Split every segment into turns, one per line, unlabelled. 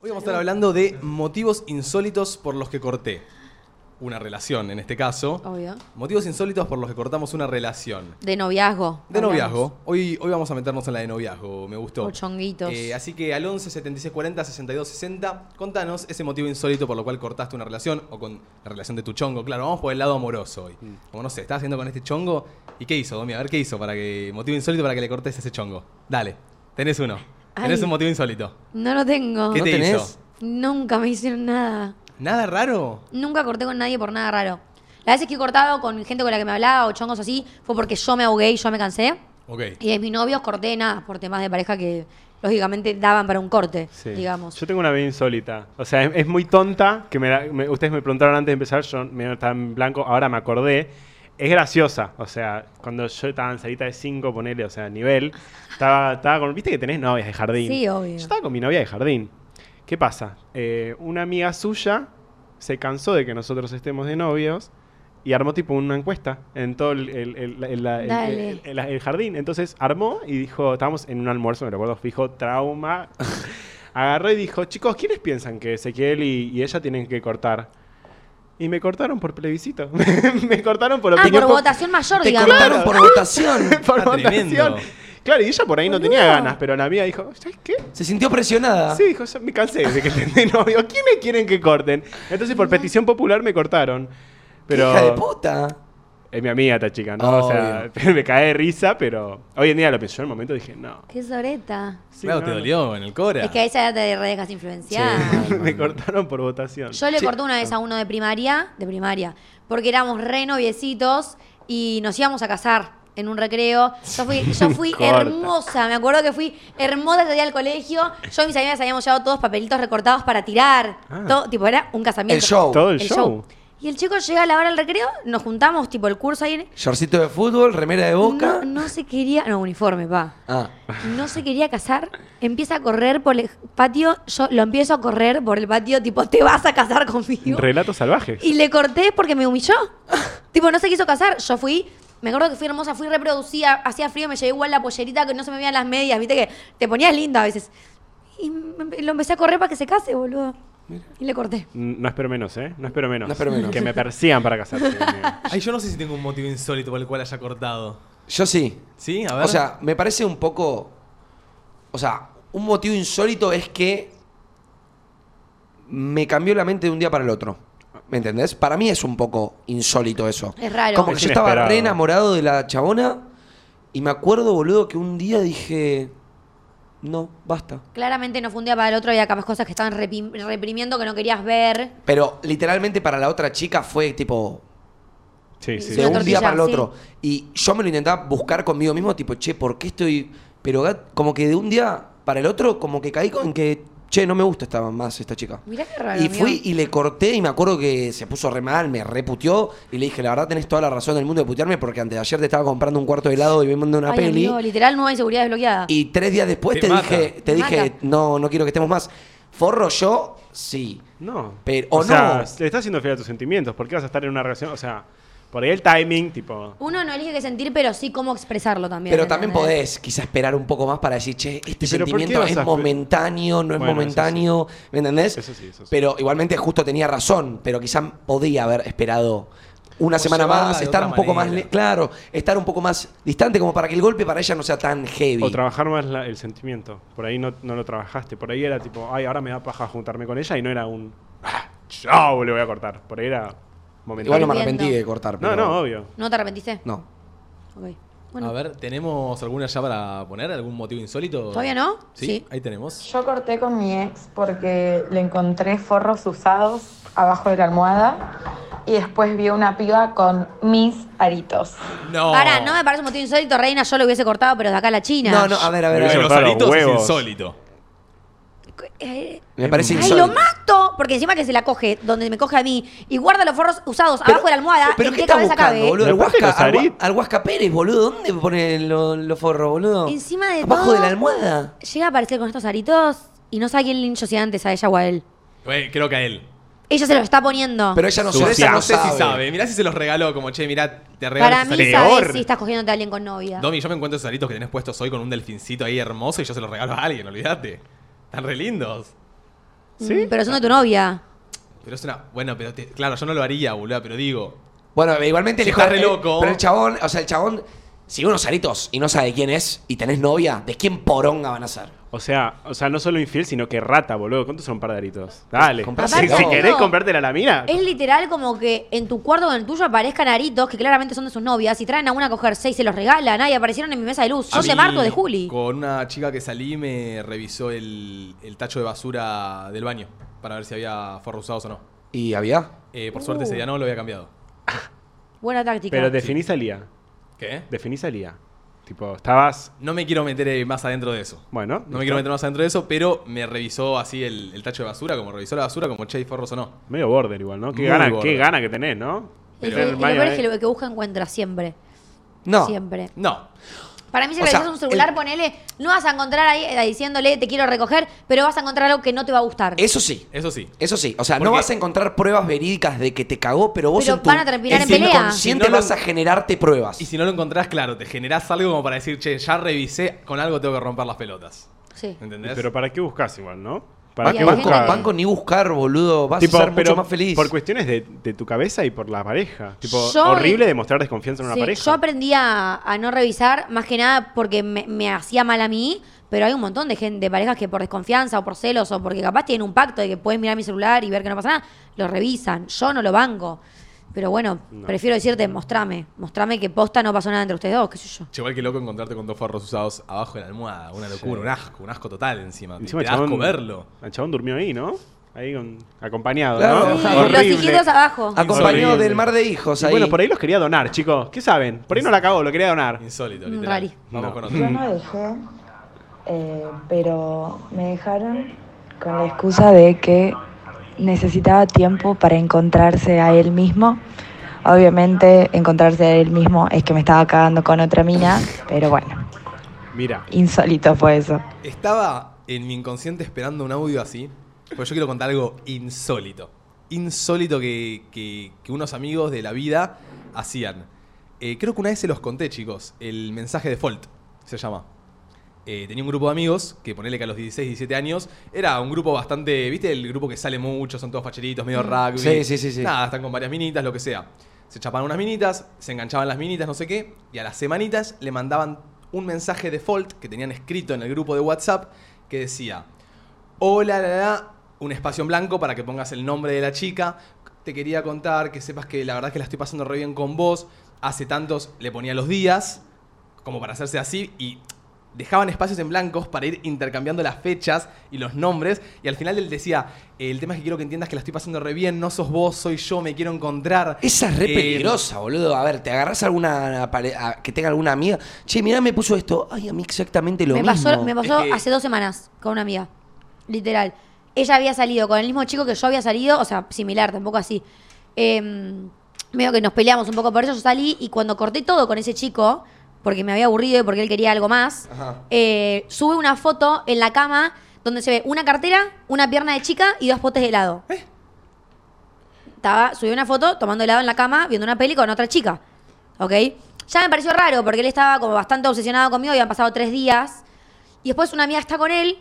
Hoy vamos a estar hablando de motivos insólitos por los que corté una relación, en este caso.
Obvio.
Motivos insólitos por los que cortamos una relación.
De noviazgo.
De
hablamos.
noviazgo. Hoy, hoy vamos a meternos en la de noviazgo, me gustó.
Pochonguitos.
Eh, así que al 11 76 40 62 60, contanos ese motivo insólito por lo cual cortaste una relación o con la relación de tu chongo. Claro, vamos por el lado amoroso hoy.
Mm.
Como no sé, estás haciendo con este chongo y qué hizo, Domi, a ver qué hizo para que motivo insólito para que le cortes a ese chongo. Dale, tenés uno. Tenés
Ay.
un motivo insólito.
No lo tengo.
¿Qué
¿No
te
tenés?
hizo?
Nunca me hicieron nada.
¿Nada raro?
Nunca corté con nadie por nada raro. Las veces que he cortado con gente con la que me hablaba o chongos así, fue porque yo me ahogué y yo me cansé.
Ok.
Y de mis novios corté nada por temas de pareja que lógicamente daban para un corte,
Sí.
digamos.
Yo tengo una bien insólita. O sea, es, es muy tonta que me la- me- ustedes me preguntaron antes de empezar, yo me estaba en blanco, ahora me acordé. Es graciosa. O sea, cuando yo estaba en salita de 5, ponele, o sea, nivel, estaba, estaba con. ¿Viste que tenés novias de jardín?
Sí, obvio.
Yo estaba con mi novia de jardín. ¿Qué pasa? Eh, una amiga suya se cansó de que nosotros estemos de novios y armó tipo una encuesta en todo el, el- el- la- el- la- el-
Dale.
el- el- el jardín. Entonces armó y dijo, estábamos en un almuerzo, me recuerdo fijo, trauma. Agarró y dijo, chicos, ¿quiénes piensan que Ezequiel y, y ella tienen que cortar? Y me cortaron por plebiscito. me cortaron por
Ah,
opinión.
por votación mayor,
Te
digamos.
cortaron por votación.
por
Ah,
votación.
tremendo.
Claro, y ella por ahí no tenía
Boludo.
ganas, pero la amiga dijo, ¿sabes qué?
Se sintió presionada.
Sí, dijo, "Ya me cansé de que de novio. ¿Quiénes quieren que corten? Entonces, por petición popular me cortaron. Pero
Hija de puta.
es mi amiga esta chica, ¿no? o sea, me cae de risa, pero hoy en día lo pensé en el momento y dije, no.
Qué soreta.
Sí,
Claro,
no,
te
no.
dolió en el cora.
Es que a esa edad te re dejas influenciar.
me cortaron por votación.
Yo le corté una vez a uno de primaria, de primaria, porque éramos re noviecitos y nos íbamos a casar en un recreo. Yo fui, yo fui
Corta.
hermosa, me acuerdo que fui hermosa ese día al colegio. Yo y mis amigas habíamos llevado todos papelitos recortados para tirar.
Ah.
Todo, tipo, era un casamiento.
El show.
Todo el, show.
Y el chico llega a la hora del recreo, nos juntamos, tipo, el curso ahí en...
Shortcito de fútbol, remera de boca.
No, no se quería... No, uniforme, pa.
Ah.
No se quería casar, empieza a correr por el patio, yo lo empiezo a correr por el patio, tipo, te vas a casar conmigo.
Relatos salvajes.
Y le corté porque me humilló. tipo, no se quiso casar. Yo fui, me acuerdo que fui hermosa, fui reproducida, hacía frío, me llevé igual la pollerita que no se me veían las medias, viste que te ponías linda a veces. Y me- lo empecé a correr para que se case, boludo. Y le corté.
N- No espero menos, ¿eh? No espero menos.
No espero menos.
Que me persigan para casarse. amigo.
Ay, yo no sé si tengo un motivo insólito por el cual haya cortado.
Yo sí.
¿Sí? A ver.
O sea, me parece un poco. O sea, un motivo insólito es que me cambió la mente de un día para el otro. ¿Me entendés? Para mí es un poco insólito eso.
Es raro.
Como que
Es
yo estaba
inesperado.
re enamorado de la chabona y me acuerdo, boludo, que un día dije. No, basta.
Claramente no fue un día para el otro, había acá más cosas que estaban repi- reprimiendo que no querías ver.
Pero literalmente para la otra chica fue tipo.
Sí, sí.
Es
de
una
un día
tortilla,
para el
sí.
otro. Y yo me lo intentaba buscar conmigo mismo, tipo, che, ¿por qué estoy.? Pero gat- como que de un día para el otro, como que caí con que, che, no me gusta esta, más esta chica.
Mirá qué raro,
Y
amigo.
fui y le corté y me acuerdo que se puso re mal, me reputeó y le dije, la verdad tenés toda la razón del mundo de putearme porque antes de ayer te estaba comprando un cuarto de helado y viendo una
Ay,
peli.
amigo, literal, nueva inseguridad desbloqueada.
Y tres días después
Te
te,
mata.
dije, te
Te
dije,
mata.
no, no quiero que estemos más. Forro yo, sí.
No.
Pero-
o
o
sea,
no.
le estás siendo fiel a tus sentimientos. ¿Por qué vas a estar en una relación? O sea, por ahí el timing, tipo.
Uno no elige qué sentir, pero sí cómo expresarlo también.
Pero también
¿entendés?
podés quizá esperar un poco más para decir, che, este
¿Y pero por qué
sentimiento
vas
es
a esper-
momentáneo, no es
Bueno, eso
momentáneo, ¿me entendés?
Eso sí, eso sí.
Pero igualmente justo tenía razón, pero quizá podía haber esperado una
O
semana
llevarla
más,
de
estar
otra
un poco más,
manera.
le- claro, estar un poco más distante como para que el golpe para ella no sea tan heavy.
O trabajar más la- el sentimiento. Por ahí no, no lo trabajaste. Por ahí era tipo, ay, ahora me da paja juntarme con ella y no era un. "Ah, Chau, le voy a cortar. Por ahí era
Igual no
momentáneo.
me
Entiendo.
arrepentí de cortar.
No,
pero-
no, obvio.
¿No te arrepentiste?
No.
Ok. Bueno,
A ver, ¿tenemos alguna ya para poner? ¿Algún motivo insólito?
¿Todavía no?
Sí,
Sí.
ahí tenemos.
Yo corté con mi ex porque le encontré forros usados abajo de la almohada y después vi una piba con mis aritos.
No.
Pará, no me parece un motivo insólito, Reina, yo lo hubiese cortado, pero de acá a la China.
No, no, a ver, a ver, a
Pero
ver.
Los
Claro,
aritos
huevos.
es insólito.
Eh,
Me parece
¡Ay, lo
insólito.
mato! Porque encima que se la coge, donde me coge a mí, y guarda los forros usados
Pero-
abajo de la almohada,
¿Pero
¿en
qué
qué
estás
cabeza eh?
buscando,
cabe?
boludo? Al
Aparte
Huasca,
los
al Hua-
arit-
al Huasca Pérez, boludo. ¿Dónde pone los forros, boludo?
Encima de
Abajo
todo-
de la almohada.
Llega a aparecer con estos aritos y no sabe quién lincho sea antes, a ella o a él.
Eh, creo que a él.
Ella se lo está poniendo.
Pero ella no
Sucia.
sabe, ella no
sé
sabe.
si sabe. Mirá si se los regaló, como che, mirá, te regalo
Para
estos
mí
aritos.
Peor.
sabes si estás cogiéndote a alguien con novia.
Domi, yo me encuentro esos aritos que tenés puestos hoy con un delfincito ahí hermoso y yo se los regalo a alguien, olvídate. Están re lindos.
¿Sí?
Mm, Pero son de tu novia.
Pero es una. Bueno, pero te- claro, yo no lo haría, boludo, pero digo.
Bueno, igualmente
Sí,
el hijo-
está re
el-
loco.
Pero el chabón, o sea, el chabón, si unos aritos y no sabe quién es y tenés novia, ¿de quién poronga van a ser?
O sea, o sea, no solo infiel, sino que rata, boludo. ¿Cuántos son un par de aritos? Dale.
Comprás
Si,
dos.
si querés comprártela a la mina.
Es literal como que en tu cuarto o en el tuyo aparezcan aritos que claramente son de sus novias y traen a una a coger seis y se los regalan. Ay, aparecieron en mi mesa de luz. Yo
A
te
mí,
marto de Juli.
Con una chica que salí me revisó el, el tacho de basura del baño para ver si había forros usados o no.
¿Y había?
Eh, por suerte
Uh.
ese día no lo había cambiado.
Buena táctica.
Pero definí salía.
¿Qué?
Definí salía. Tipo, estabas.
No me quiero meter eh, más adentro de eso.
Bueno.
No me quiero meter más adentro de eso, pero me revisó así el, el tacho de basura, como revisó la basura, como che, hay forros o no.
Medio border igual, ¿no? Qué
Muy
gana,
border.
qué gana que tenés, ¿no?
El
Tener
que- lo
baño
peor es
ahí.
que lo que busca encuentra siempre.
No.
Siempre.
No.
Para mí, si
O
revisas
sea,
un celular,
el-
ponele, no vas a encontrar ahí eh, diciéndole te quiero recoger, pero vas a encontrar algo que no te va a gustar.
Eso sí.
Eso sí.
Eso sí. O sea, no
Porque-
vas a encontrar pruebas verídicas de que te cagó, pero vos
Pero
en tu
van a terminar
en pelea.
inconsciente
Si no lo-
vas a generarte pruebas.
Y si no lo encontrás, claro, te generás algo como para decir, che, ya revisé, con algo tengo que romper las pelotas.
Sí.
¿Entendés?
Pero ¿para qué buscas igual, no? ¿Para
Porque
qué
Banco,
vos
buscas?
banco,
buscar.
banco ni buscar, boludo. Vas
Tipo,
a ser mucho
pero
más feliz.
Por cuestiones de, de tu cabeza y por la pareja. Tipo,
Yo-
horrible demostrar desconfianza en una
Sí,
pareja.
Yo aprendí a, a no revisar, más que nada porque me, me hacía mal a mí, pero hay un montón de gente, de parejas que por desconfianza o por celos o porque capaz tienen un pacto de que puedes mirar mi celular y ver que no pasa nada, lo revisan. Yo no lo banco. Pero bueno, prefiero decirte, mostrame, mostrame que posta no pasó nada entre ustedes dos, qué sé yo.
Che, igual que loco encontrarte con dos forros usados abajo de la almohada. Una locura, un asco, un asco total encima.
Encima
te
el
da asco
chabón-
verlo.
El chabón durmió ahí, ¿no? Ahí con, acompañado,
Claro,
¿no?
sí.
Los hijitos abajo.
Acompañado
Horrible.
del mar de hijos
Y
ahí.
bueno, por ahí los quería donar, chicos. ¿Qué saben? Por ahí no la acabó, lo quería donar.
Insólito,
Mm,
literal.
rari.
Vamos
No.
con
Yo
otro.
no dejé, eh, pero me dejaron con la excusa de que necesitaba tiempo para encontrarse a él mismo. Obviamente encontrarse a él mismo es que me estaba cagando con otra mina, pero bueno,
Mira.
insólito fue eso.
Estaba en mi inconsciente esperando un audio así, porque yo quiero contar algo insólito. Insólito que, que- que unos amigos de la vida hacían. Eh, creo que una vez se los conté, chicos. El mensaje default se llama. Eh, tenía un grupo de amigos que ponele que a los 16, 17 años era un grupo bastante. ¿Viste? El grupo que sale mucho, son todos facheritos, medio rugby.
Mm. Sí, sí, sí, sí.
Nada, están con varias minitas, lo que sea. Se chapaban unas minitas, se enganchaban las minitas, no sé qué, y a las semanitas le mandaban un mensaje default que tenían escrito en el grupo de WhatsApp que decía: Hola, la, la, un espacio en blanco para que pongas el nombre de la chica. Te quería contar que sepas que la verdad es que la estoy pasando re bien con vos. Hace tantos le ponía los días, como para hacerse así, y dejaban espacios en blancos para ir intercambiando las fechas y los nombres. Y al final él decía, el tema es que quiero que entiendas que la estoy pasando re bien, no sos vos, soy yo, me quiero encontrar.
Esa es re
Eh,
peligrosa, boludo. A ver, te agarras alguna pare- a- que tenga alguna amiga. Che, mirá, me puso esto. Ay, a mí exactamente lo
me
mismo.
pasó, me pasó
Es que-
hace dos semanas con una amiga, literal. Ella había salido con el mismo chico que yo había salido, o sea, similar, tampoco así. Em, medio que nos peleamos un poco por eso, yo salí y cuando corté todo con ese chico, porque me había aburrido y porque él quería algo más,
Ajá.
eh, sube una foto en la cama donde se ve una cartera, una pierna de chica y dos potes de helado.
¿Eh?
Estaba, subí una foto tomando helado en la cama, viendo una peli con otra chica. ¿Ok? Ya me pareció raro porque él estaba como bastante obsesionado conmigo, habían pasado tres días. Y después una amiga está con él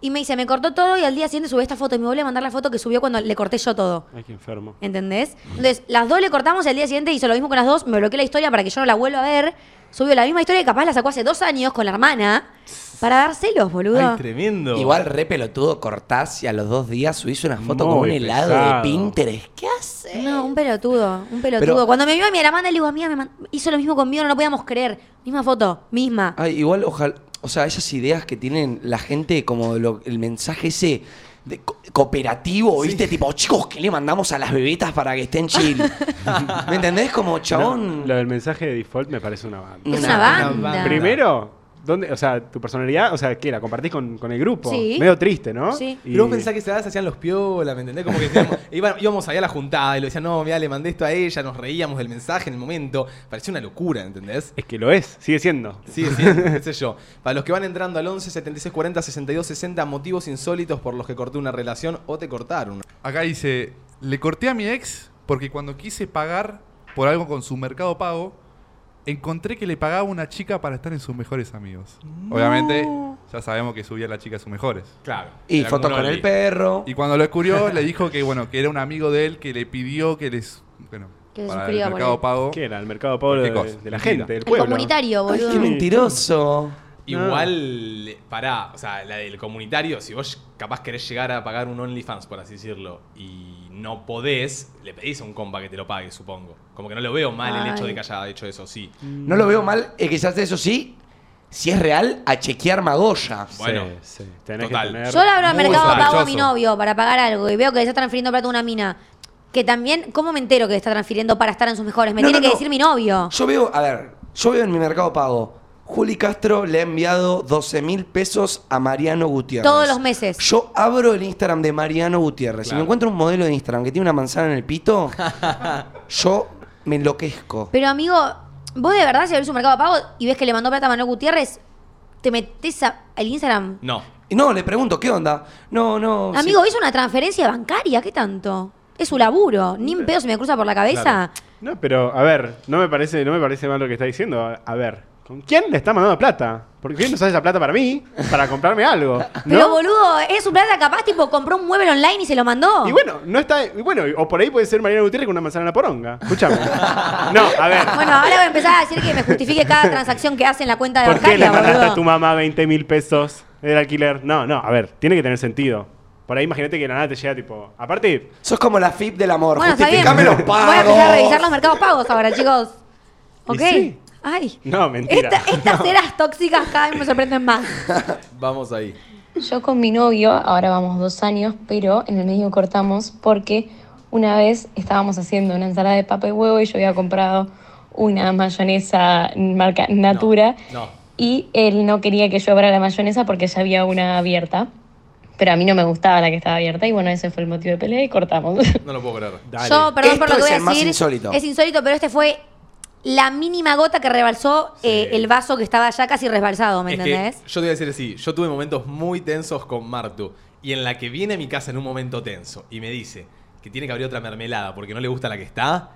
y me dice, me cortó todo y al día siguiente subí esta foto y me vuelve a mandar la foto que subió cuando le corté yo todo.
Ay, qué enfermo.
¿Entendés? Entonces, las dos le cortamos y al día siguiente hizo lo mismo con las dos, me bloqueó la historia para que yo no la vuelva a ver. Subió la misma historia que capaz la sacó hace dos años con la hermana para dar celos, boludo.
Ay, tremendo.
Igual re pelotudo cortás y a los dos días subís una foto con un
Muy
helado
pesado.
de Pinterest. ¿Qué haces?
No, un pelotudo, un pelotudo.
Pero-
Cuando me vio a mi hermana, le digo, amiga, me man- hizo lo mismo conmigo, no lo podíamos creer. Misma foto, misma.
Ay, igual, ojalá. O sea, esas ideas que tienen la gente, como lo- el mensaje ese de co- cooperativo, ¿viste? Tipo, chicos, ¿qué le mandamos a las bebetas para que estén chill? ¿Me entendés? Como chabón.
No, lo del mensaje de default me parece una banda.
es
una-
una
una
banda.
banda.
Primero, ¿dónde, o sea, tu personalidad, o sea, ¿qué? ¿La compartís con, con el grupo?
Sí.
Medio triste, ¿no?
Sí.
Y-
Pero vos pensás que esa edad se hacían los piola, ¿me entendés? Como que teníamos- iban- íbamos allá a la juntada y le decían, no, mira, le mandé esto a ella, nos reíamos del mensaje en el momento. Parecía una locura, ¿entendés?
Es que lo es, sigue siendo.
Sí, sí, qué sé yo. Para los que van entrando al 11 76 40 62 60, motivos insólitos por los que corté una relación o te cortaron.
Acá dice, le corté a mi ex porque cuando quise pagar por algo con su mercado pago, encontré que le pagaba una chica para estar en sus mejores amigos. Obviamente, ya sabemos que subía la chica a sus mejores.
Claro.
Y
Era
fotos
como
con
Loli.
el perro.
Y cuando lo descubrió, le dijo que, bueno, que era un amigo de él que le pidió que les... Bueno,
Que se
para
suscriba,
el mercado
boludo.
pago.
¿Qué era? El mercado pobre
¿Qué
de,
cosa?
de la gente, del
El
pueblo.
comunitario,
Ay,
boludo.
qué mentiroso.
Igual, eh, pará, o sea, la del comunitario, si vos capaz querés llegar a pagar un OnlyFans, por así decirlo, y no podés, le pedís a un compa que te lo pague, supongo. Como que no lo veo mal el hecho de que haya hecho eso, sí.
No lo veo mal, eh, quizás eso sí, si es real, a chequear Magoya.
Sí,
Bueno,
sí. Tenés
total.
que tener...
Yo le abro a
Muy
mercado pago a mi
sospechoso.
novio para pagar algo y veo que está transfiriendo plata a una mina. Que también, ¿cómo me entero que está transfiriendo para estar en sus mejores? Me
No,
tiene
no,
que
no.
decir mi novio.
Yo veo, a ver, yo veo en mi mercado pago, Juli Castro le ha enviado 12 mil pesos a Mariano Gutiérrez.
Todos los meses.
Yo abro el Instagram de Mariano Gutiérrez y
Claro.
me encuentro un modelo de Instagram que tiene una manzana en el pito, yo me enloquezco.
Pero amigo, vos de verdad si abrís un mercado pago y ves que le mandó plata a Manuel Gutiérrez, te metes a- al Instagram.
No.
Y no, le pregunto, ¿qué onda? No, no.
Amigo,
sí.
hizo una transferencia bancaria, ¿qué tanto? Es su laburo, ni un pedo se me cruza por la cabeza.
No, pero a ver, no me parece, no me parece mal lo que está diciendo. A- A ver, ¿con quién le está mandando plata? ¿Por qué no usa esa plata para mí? Para comprarme algo.
Pero
¿no?
boludo, es su plata capaz, tipo, compró un mueble online y se lo mandó.
Y bueno, no está. y bueno, o por ahí puede ser Mariano Gutiérrez con una manzana en la poronga. Escuchame. No, a ver.
Bueno, ahora voy a empezar a decir que me justifique cada transacción que hace en la cuenta de
¿Por qué le
bancaria,
mandaste
boludo.
a tu mamá 20 mil pesos del alquiler? No, no, a ver, tiene que tener sentido. Por ahí imagínate que de la nada te llega tipo. Aparte,
Sos como la FIP del amor,
Bueno, está bien.
justificame los
Voy a empezar a revisar
pagos.
los mercados pagos ahora, chicos.
Y
¿Ok?
sí.
Ay.
No, mentira.
Esta- estas eras tóxicas cada vez me sorprenden más.
Vamos ahí.
Yo con mi novio, ahora vamos dos años, pero en el medio cortamos porque una vez estábamos haciendo una ensalada de papa y huevo y yo había comprado una mayonesa marca Natura
No. no.
y él no quería que yo abra la mayonesa porque ya había una abierta, pero a mí no me gustaba la que estaba abierta y bueno, ese fue el motivo de pelea y cortamos.
No lo puedo creer.
dale.
Yo, perdón por lo que
Esto es
voy a
el más
decir.
insólito.
Es insólito, pero este fue la mínima gota que rebalsó eh, el vaso que estaba ya casi resbalsado, ¿me
Es que
entendés?
yo te voy a decir así, yo tuve momentos muy tensos con Martu y en la que viene a mi casa en un momento tenso y me dice que tiene que abrir otra mermelada porque no le gusta la que está,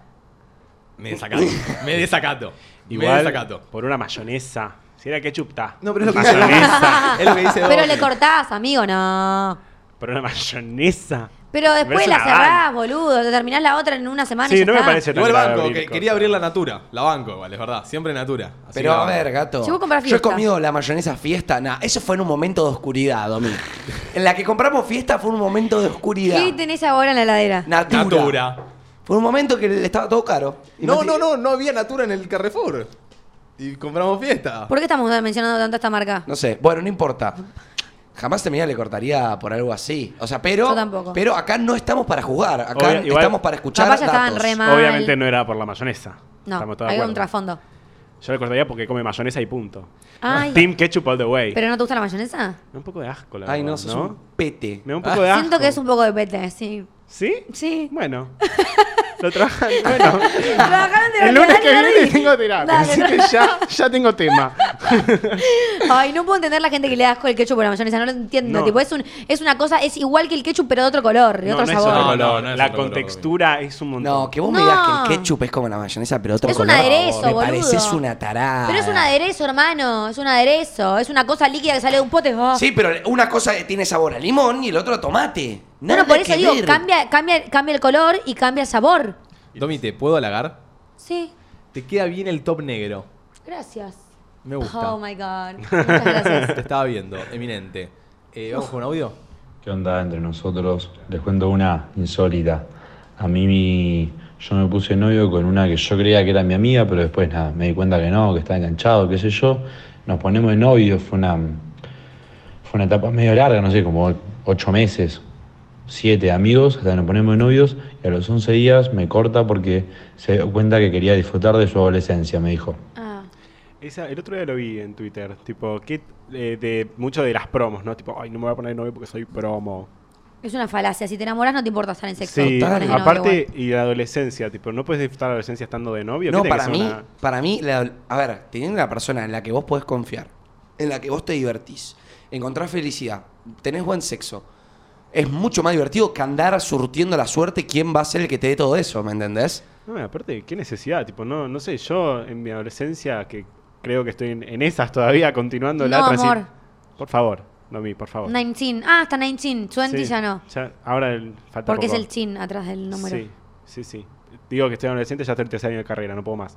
me desacato. me desacato. me desacato.
Igual, por una mayonesa. Si era ketchup, está.
No, pero es lo que dice
Mayonesa.
Es lo que dice
Pero
Domi.
le cortás, amigo, no.
por una mayonesa.
Pero después
parece
la
una
cerrás, boludo. Te terminás la otra en una semana. y
Sí,
ya
no me
está.
parece tan
Igual
grave
banco, que-
cosas.
quería abrir la Natura. La banco, igual, es verdad. Siempre Natura. Así
Pero
que-
a ver, gato.
Si vos compras
Yo he
fiesta.
comido la mayonesa fiesta. Nah, eso fue en un momento de oscuridad, Domi. En la que compramos fiesta fue un momento de oscuridad.
¿Qué tenés ahora en la heladera?
Natura.
Natura.
Fue un momento que le estaba todo caro. Y
No,
te-
no, no, no había Natura en el Carrefour. Y compramos fiesta.
¿Por qué estamos mencionando tanto esta marca?
No sé. Bueno, no importa. Jamás terminar le cortaría por algo así. O sea, pero.
Yo tampoco.
Pero acá no estamos para jugar. Acá
Obvio, igual-
estamos para escuchar.
Capaz ya estaban
datos.
re mal.
Obviamente no era por la mayonesa. Estamos
No,
todos de
hay un
acuerdo.
trasfondo.
Yo le cortaría porque come mayonesa y punto.
Ay.
Team ketchup all the way.
¿Pero no te gusta la mayonesa?
Me da un poco de asco, la
Ay,
verdad,
no, sos un pete.
Me da un poco de asco.
Siento que es un poco de pete, sí.
¿Sí?
Sí.
Bueno. Lo trabajan. Bueno.
Trabajaron de
El
lo
lunes que
dale,
viene
dale.
tengo terapia.
Dale,
Así que ya, ya tengo tema.
Ay, no puedo entender la gente que le da asco el ketchup por la mayonesa, no lo entiendo.
No.
Tipo, es, un, es una cosa, es igual que el ketchup, pero de otro color, de otro
no
sabor.
es otro
No,
color.
no, no es
la
otro color,
contextura es un montón.
No, que vos me
No.
digas que el ketchup es como la mayonesa, pero otro
Es un
color.
aderezo,
Me
boludo.
pareces una tarada.
pero es un aderezo, hermano, es un aderezo, es una cosa líquida que sale de un pote. Ah.
Sí, pero una cosa tiene sabor a limón y el otro a tomate. Nada
bueno, por eso
que
digo,
ver.
cambia, cambia, cambia el color y cambia el sabor.
Domi, ¿te puedo halagar?
Sí,
Te queda bien el top negro.
gracias.
Me gusta.
Oh my god. Muchas gracias.
Te estaba viendo, eminente. Eh, ¿Vamos con un audio?
¿Qué onda entre nosotros? Les cuento una insólita. A mí mi- yo me puse novio con una que yo creía que era mi amiga, pero después nada, me di cuenta que no, que estaba enganchado, qué sé yo. Nos ponemos de novio, fue una, fue una etapa medio larga, no sé, como ocho meses, siete amigos, hasta que nos ponemos de novios y a los once días me corta porque se dio cuenta que quería disfrutar de su adolescencia, me dijo.
Ah.
Esa- el otro día lo vi en Twitter. Tipo, que eh, de mucho de las promos, ¿no? Tipo, ay, no me voy a poner novio porque soy promo.
Es una falacia, si te enamoras no te importa estar en sexo.
Sí,
Tenés novio
aparte,
igual.
y la adolescencia, tipo, no puedes disfrutar la adolescencia estando de novio.
No,
¿Qué tiene que
para
ser
mí,
una-
para mí, la- a ver, teniendo una persona en la que vos podés confiar, en la que vos te divertís, encontrás felicidad, tenés buen sexo, es mucho más divertido que andar surtiendo la suerte quién va a ser el que te dé todo eso, ¿me entendés?
No, aparte, qué necesidad, tipo, no, no sé, yo en mi adolescencia, que creo que estoy en, en esas todavía, continuando la
No,
transi-
amor.
Por favor, Domi, por favor.
19. Ah, hasta 19. 20
Sí,
ya no.
ahora el, falta
Porque es
poco.
el chin atrás del número.
Sí, sí, sí. Digo que estoy adolescente, ya estoy en tercer año de carrera, no puedo más.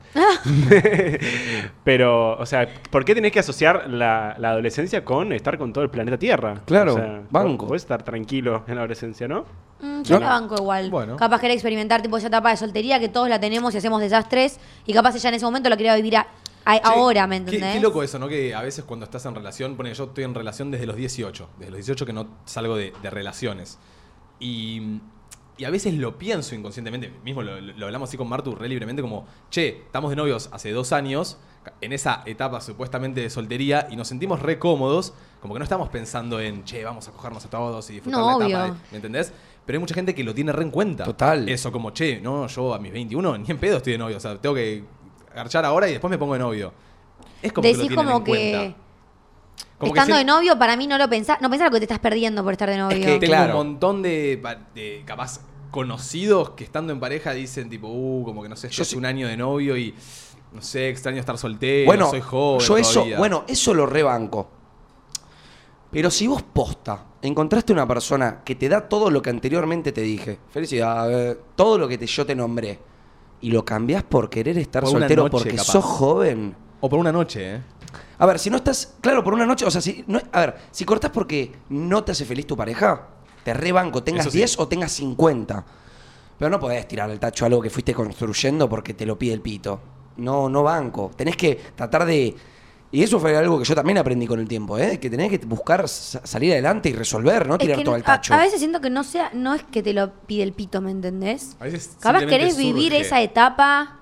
Pero, o sea, ¿por qué tenés que asociar la, la adolescencia con estar con todo el planeta Tierra?
Claro,
O sea,
banco.
Puedes estar tranquilo en la adolescencia, ¿no?
Mm, yo
No.
la banco igual.
Bueno.
Capaz quería experimentar tipo esa etapa de soltería que todos la tenemos y hacemos desastres. Y capaz ella en ese momento lo quería vivir a- a- ahora, ¿me
Qué,
entendés?
qué loco eso, ¿no? Que a veces cuando estás en relación, pone yo estoy en relación desde los 18, desde los 18 que no salgo de, de relaciones. Y, y a veces lo pienso inconscientemente, mismo lo, lo- lo hablamos así con Martu re libremente, como, che, estamos de novios hace dos años, en esa etapa supuestamente de soltería, y nos sentimos re cómodos, como que no estamos pensando en, che, vamos a cogernos a todos y disfrutar
No,
la etapa,
obvio.
de- ¿me entendés? Pero hay mucha gente que lo tiene re en cuenta.
Total.
Eso como, che, no, yo a mis 21 ni en pedo estoy de novio, o sea, tengo que garchar ahora y después me pongo de novio. Es como
Decís
que lo tienen
como
en
que
cuenta. Como que
estando
se-
de novio, para mí no lo pensás. No pensás lo que te estás perdiendo por estar de novio.
que-
Tengo
Claro.
un montón de, pa- de capaz conocidos que estando en pareja dicen tipo, uh, como que no sé,
Yo
yo
sí-
soy un año de novio y no sé, extraño estar soltero,
bueno,
soy joven.
yo eso,
todavía".
bueno, eso lo rebanco. Pero si vos posta, encontraste una persona que te da todo lo que anteriormente te dije, felicidad, eh, todo lo que te- yo te nombré, y lo cambiás por querer estar
Por una
soltero
noche,
porque
capaz.
sos joven.
O por una noche, ¿eh?
A ver, si no estás, claro, por una noche, o sea, si no, a ver, si cortás porque no te hace feliz tu pareja, te rebanco, tengas
Eso sí.
10 o tengas 50. Pero no podés tirar el tacho a algo que fuiste construyendo porque te lo pide el pito. No, no banco. Tenés que tratar de y eso fue algo que yo también aprendí con el tiempo, ¿eh? Que tenés que buscar sa- salir adelante y resolver, no
Es
tirar
que
todo
no-
al
a-
tacho.
A, veces siento que no sea, no es que te lo pide el pito, ¿me entendés?
A veces
Capaz
simplemente
querés vivir
surge.
esa etapa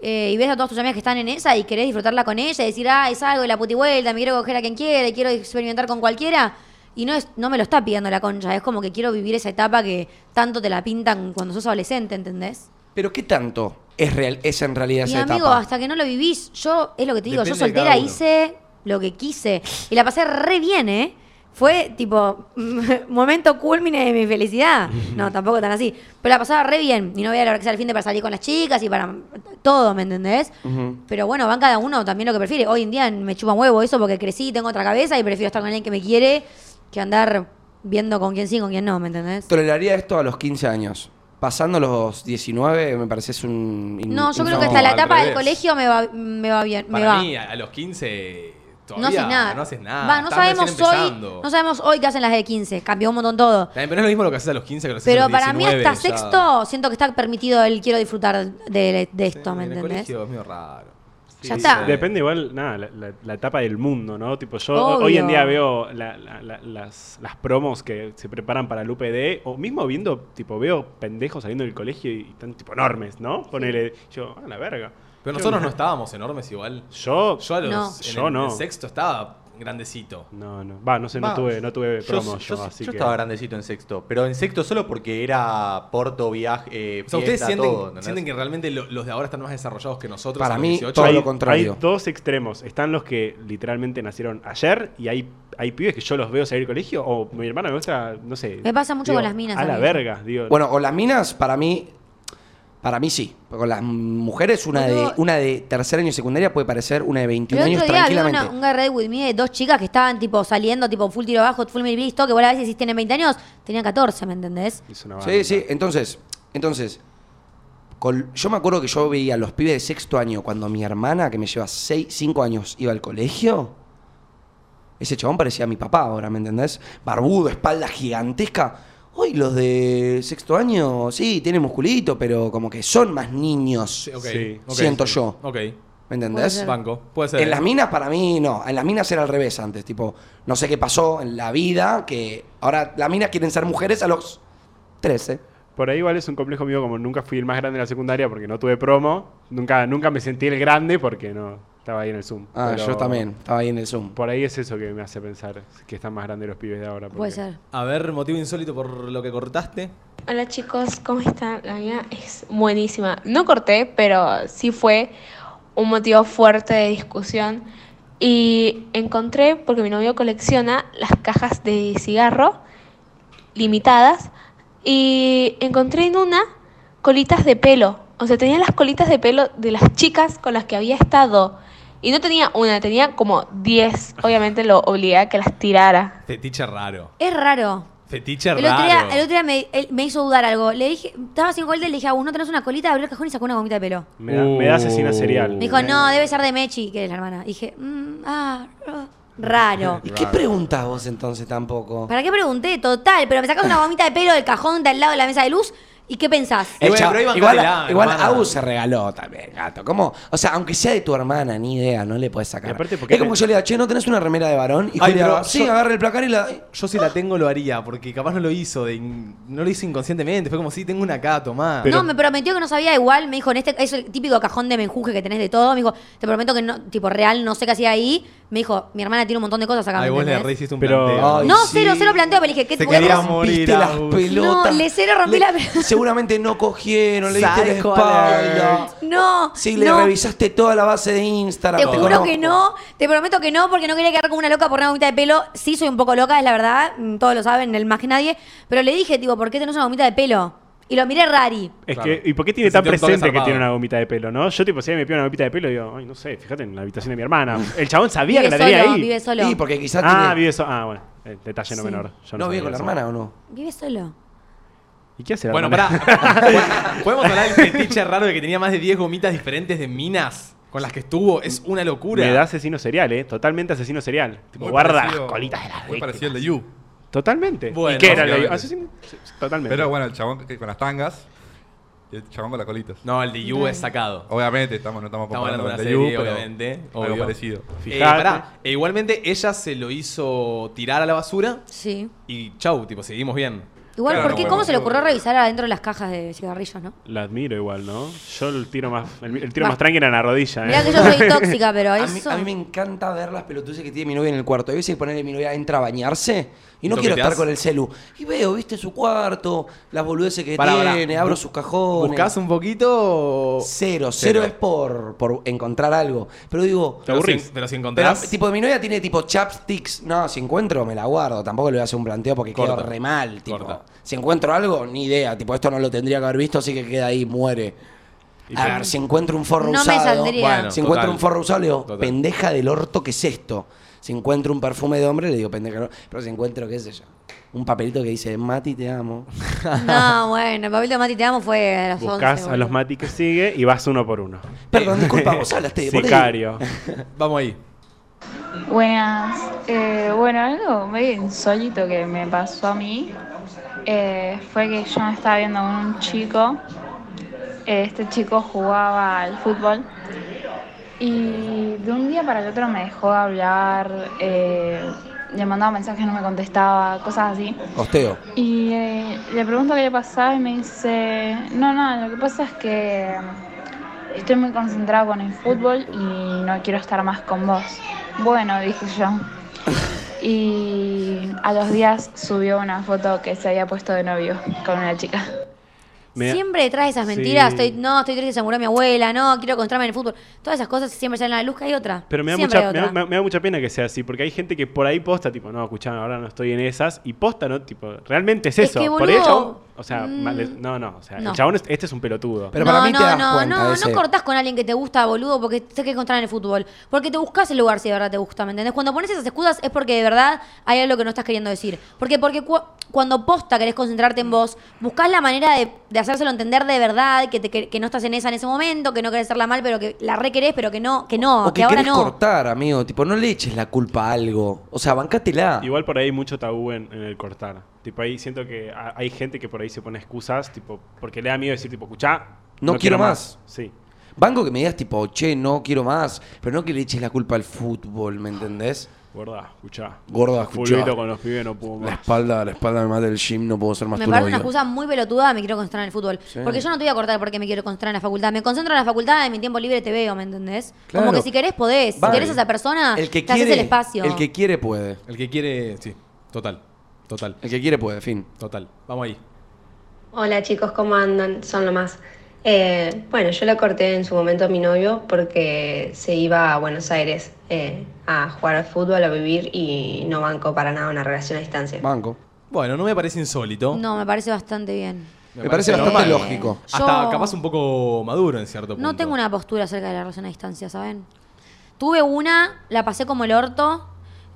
eh, y ves a todas tus amigas que están en esa y querés disfrutarla con ella y decir, ah, es algo de la puti vuelta, me quiero coger a quien quiera, y quiero experimentar con cualquiera. Y no, es, no me lo está pidiendo la concha, es como que quiero vivir esa etapa que tanto te la pintan cuando sos adolescente, ¿entendés?
Pero qué tanto es real es en realidad
Y
esa
amigo,
etapa.
hasta que no lo vivís, yo, es lo que te digo, yo
Depende de cada
soltera
uno.
hice lo que quise y la pasé re bien, ¿eh? Fue tipo momento culmine de mi felicidad. No, tampoco tan así. Pero la pasaba re bien. Y no veía la hora que sea el fin de para salir con las chicas y para todo, ¿me entendés? Pero bueno, van cada uno también lo que prefiere. Hoy en día me chupa un huevo eso porque crecí, tengo otra cabeza y prefiero estar con alguien que me quiere que andar viendo con quién sí, con quién no, ¿me entendés?
Toleraría esto a los 15 años. Pasando los 19 me parece es un in-
No, yo creo que
infame.
hasta la
al
etapa del
revés.
colegio me va, me va bien. me
Para
va.
mí, a, a los 15
No
todavía
haces nada.
no haces nada.
Va, no
estás recién
sabemos hoy,
empezando.
no sabemos hoy qué hacen las de 15. Cambió un montón todo.
También, pero no es lo mismo lo que haces a los 15 que lo haces a
Pero
los
para mí
19,
hasta
ya.
sexto siento que está permitido el quiero disfrutar de, de
Sí,
esto, ¿me
en el
entendés?
colegio es medio raro.
Ya
Ah.
está.
Depende igual, nada, la, la- la etapa del mundo, ¿no? Tipo, yo
Obvio.
hoy en día veo la- la- la- las, las promos que se preparan para el UPD, o mismo viendo, tipo, veo pendejos saliendo del colegio y están, tipo, enormes, ¿no? Ponele, yo, a la verga.
Pero
Yo-
nosotros no estábamos enormes igual.
Yo,
Yo a los,
No.
en
Yo
el,
no.
el sexto estaba grandecito.
no, no, va, no sé,
Va,
no tuve, no tuve
yo-
promo yo,
yo,
así
yo
que...
estaba grandecito en sexto, pero en sexto solo porque era porto, viaje, eh,
O sea, ¿ustedes
fiesta,
sienten,
todo, ¿entendés?
sienten que realmente lo- los de ahora están más desarrollados que nosotros?
Para
a los
mí,
18?
todo
hay,
lo contrario.
hay dos extremos. Están los que literalmente nacieron ayer y hay, hay pibes que yo los veo salir del colegio o mi hermana me gusta, no sé.
Me pasa mucho con las minas,
A la
amigo.
verga, digo.
Bueno, con las minas, para mí, para mí sí. Con las mujeres, una de
Boludo.
una de tercer año de secundaria puede parecer una de 21
Pero el
años
otro día había
tranquilamente.
una, un Get Ready With Me de dos chicas que estaban tipo saliendo, tipo full tiro bajo, full mil visto, que vos a veces si tienen 20 años, tenían 14, ¿me entendés?
Es una banda.
Sí, sí. Entonces, entonces, col- yo me acuerdo que yo veía a los pibes de sexto año cuando mi hermana, que me lleva 6, 5 años, iba al colegio. Ese chabón parecía mi papá ahora, ¿me entendés? Barbudo, espalda gigantesca. Hoy los de sexto año, sí, tienen musculito, pero como que son más niños.
Sí, ok,
Sí.
ok,
Siento
sí.
yo.
Ok.
¿Me
Puede
entendés?
ser.
Banco. Puede ser. ¿eh?
En las minas, para mí, no. En las minas era al revés antes. Tipo, no sé qué pasó en la vida, que ahora las minas quieren ser mujeres a los 13.
Por ahí igual es un complejo mío, como nunca fui el más grande de la secundaria porque no tuve promo. Nunca, nunca me sentí el grande porque no estaba ahí en el Zoom.
Ah,
Pero
yo también. Estaba ahí en el Zoom.
Por ahí es eso que me hace pensar que están más grandes los pibes de ahora.
Puede
porque-
ser.
A ver, motivo insólito por lo que cortaste.
Hola chicos, ¿cómo están? La mía es buenísima. No corté, pero sí fue un motivo fuerte de discusión. Y encontré, porque mi novio colecciona las cajas de cigarro limitadas, y encontré en una colitas de pelo. O sea, tenía las colitas de pelo de las chicas con las que había estado. Y no tenía una, tenía como 10. Obviamente lo obligué a que las tirara.
Fetiche raro.
Es raro.
Fetiche
El
raro.
otro día, el otro día me, él- me hizo dudar algo. Le dije, estaba haciendo colita y le dije a uno, tenés una colita, abrió el cajón y sacó una gomita de pelo.
Me da, me da asesina serial.
Me dijo, no, debe ser de Mechi, que es la hermana. Y dije, mm, ah, ah, raro.
¿Y qué preguntas vos entonces tampoco?
¿Para qué pregunté? Total, pero me sacas una gomita de pelo del cajón de al lado de la mesa de luz y ¿qué pensás?
El
bueno,
chavo-
pero ahí
igual
bancátela,
igual
hermana.
Agus se regaló también, gato. ¿Cómo? O sea, aunque sea de tu hermana, ni idea, no le puedes
Y
sacar.
aparte porque-
es como que yo le digo, che, ¿no tenés una remera de varón? Y
Ay,
Julia,
pero
va, sí,
yo-
agarra el placar y la...
Yo si la tengo lo haría, porque capaz no lo hizo, de in- no lo hizo inconscientemente. Fue como si tengo una acá, tomá.
Pero-
no, me prometió que no sabía igual, me dijo, en este es el típico cajón de menjuje que tenés de todo, me dijo, te prometo que no, tipo real, no sé qué hacía ahí. Me dijo, mi hermana tiene un montón de cosas acá.
Ay,
¿me
vos le
entendés?
re hiciste un
Pero-
planteo.
Ay,
No,
sí.
cero, cero planteo, pero le dije, ¿qué
Se
voy a
quería
hacer?
morir,
Rompiste las
Agus.
pelotas.
No, le cero rompí la pelota.
Seguramente no cogieron, le diste la
Psycho
espalda.
alert.
No,
Sí, le
no,
revisaste toda la base de Instagram.
Te
te
juro
conozco.
que no, te prometo que no, porque no quería quedar como una loca por una gomita de pelo. Sí, soy un poco loca, es la verdad, mm, todos lo saben, el más que nadie. Pero le dije, tipo, ¿por qué tenés una gomita de pelo? Y lo miré rari.
Es
Claro.
que, ¿y por qué tiene
Se
tan
sintió un toque
presente que
zarpado.
tiene una gomita de pelo, no? Yo, tipo, si alguien me pide una gomita de pelo, digo, ay, no sé, fíjate en la habitación de mi hermana. El chabón sabía que
Vive
la tenía
solo,
ahí.
vive solo.
Sí, porque quizás
Ah,
tiene-
vive eso. Ah, bueno, eh, detalle no
Sí.
menor. Yo
¿No vive
sabía
con la
eso.
hermana o no?
Vive solo.
¿Y qué hace la
Bueno,
hermana?
pará. Bueno, ¿Podemos hablar del fetiche raro de que tenía más de 10 gomitas diferentes de minas con las que estuvo? Es una locura.
Me da asesino serial, ¿eh? Totalmente asesino serial. Tipo,
Muy
guarda
parecido-
las colitas de las
Muy
víctimas.
parecido al de You.
Totalmente.
Bueno,
¿Y qué era?
obviamente.
Lo- asesino- sí, sí, Totalmente.
Pero bueno, el chabón que- con las tangas y el chabón con las colitas.
No, el de Yu es sacado.
Obviamente, estamos, no estamos
Estamos
comparando con el
hablando
de
de una
You,
serie,
pero
obviamente,
algo
obvio.
parecido.
Eh,
Fijate.
pará. E igualmente ella se lo hizo tirar a la basura
Sí.
y chau, tipo, seguimos bien.
Igual,
Claro,
¿por qué?
bueno,
¿Cómo se le
yo-
ocurrió revisar adentro de las cajas de cigarrillos, no?
La admiro igual, ¿no? Yo el tiro más, el, el tiro
Va.
más tranqui era en la rodilla, ¿eh?
Mirá que yo soy tóxica, pero
A mí,
eso.
a mí me encanta ver las pelotuces que tiene mi novia en el cuarto. A veces ponerle mi novia entra a bañarse y no
¿Y
quiero estar
toqueteás?
con el celu. Y veo, viste, su cuarto, las boludeces que
Pará, pará.
tiene, abro
Bu-
sus cajones.
¿Buscás un poquito? o-
Cero, cero es por, por encontrar algo. Pero digo,
Pero si,
aburrís.
pero si
pero,
encontrás.
tipo, mi novia tiene tipo chapsticks. No, si encuentro, me la guardo. Tampoco le voy a hacer un planteo porque
Corta.
quedo re mal. Tipo.
Corta.
Si encuentro algo, ni idea. Tipo, esto no lo tendría que haber visto, así que queda ahí, muere. A ver, si encuentro un forro
No me
usado.
saldría. Bueno,
si encuentro
total.
un forro usado, le digo,
Total.
pendeja del orto, ¿qué es esto? Si encuentro un perfume de hombre, le digo, pendeja del orto. Pero si encuentro, qué sé yo, un papelito que dice, Mati, te amo.
No, bueno, el papel de Mati te amo fue a las 11.
Buscás a los
boludo.
Mati que sigue y vas uno por uno.
Perdón, disculpa, vos hablaste de
Sicario.
Vamos ahí.
Buenas. Eh, bueno, algo medio insólito que me pasó a mí eh, fue que yo me estaba viendo con un chico. Eh, Este chico jugaba al fútbol. Y de un día para el otro me dejó de hablar, eh, le mandaba mensajes, no me contestaba, cosas así.
Costeo.
Y eh, le pregunto qué le pasaba y me dice, no, no, lo que pasa es que estoy muy concentrada con el fútbol y no quiero estar más con vos. Bueno, dije yo. Y a los días subió una foto que se había puesto de novio con una chica.
Me-
Siempre detrás de esas
Sí.
mentiras, estoy, no, estoy triste, se murió mi abuela, no, quiero concentrarme en el fútbol. Todas esas cosas siempre salen a la luz, que hay otra.
Pero me da,
Siempre
mucha,
hay
me, da,
otra.
me- me da mucha pena que sea así, porque hay gente que por ahí posta, tipo, no, escuchá, ahora no estoy en esas, y posta, ¿no? Tipo, realmente es
Es
eso.
que,
por ahí el
boludo,
chabón, o sea,
mm,
mal- no, no, o sea,
no.
el chabón, es- este es un pelotudo.
Pero para mí te das
no,
cuenta
no,
de ese-
no cortás con alguien que te gusta, boludo, porque te que encontrar en el fútbol. Porque te buscas el lugar si de verdad te gusta, ¿me entendés? Cuando pones esas escudas es porque de verdad hay algo que no estás queriendo decir. Porque, porque cu- cuando posta querés concentrarte en vos, buscas la manera de, de hacérselo entender de verdad, que, te- que, que no estás en esa en ese momento, que no querés hacerla mal, pero que la re querés, pero que no, que no,
o
que
que
ahora
querés
no.
cortar, amigo. Tipo, no le eches la culpa a algo. O sea, bancátela.
Igual por ahí hay mucho tabú en, en el cortar. Tipo, ahí siento que ha- hay gente que por ahí se pone excusas, tipo, porque le da miedo decir, tipo, escuchá,
No quiero
Sí.
Banco que me digas, tipo, che, no quiero más. Pero no que le eches la culpa al fútbol, ¿me entendés?
Gorda, escuchá.
Gorda, escuchá.
Fulvito con los pibes no pudo
La
más.
espalda, la espalda me mata el gym, no puedo ser más
Me
tu
parece una
novio.
excusa muy pelotuda, me quiero concentrar en el fútbol. Porque yo no te voy a cortar porque me quiero concentrar en la facultad. Me concentro en la facultad, en mi tiempo libre te veo, ¿me entendés?
Claro.
Como que si querés podés. Si
Vale.
querés a esa persona,
El que
te haces
quiere-
el espacio.
El que quiere puede.
El que quiere. Sí, total. Total.
El que quiere puede, fin.
Total. Vamos ahí.
Hola chicos, ¿cómo andan? Son lo más. Eh, bueno, yo lo corté en su momento a mi novio porque se iba a Buenos Aires eh, a jugar al fútbol, a vivir y no banco para nada una relación a distancia.
Banco.
Bueno, no me parece insólito.
No, me parece bastante bien.
Me parece bastante
normal.
lógico.
Hasta
Yo-
capaz un poco maduro en cierto punto.
No tengo una postura acerca de la relación a distancia, ¿saben? Tuve una, la pasé como el orto,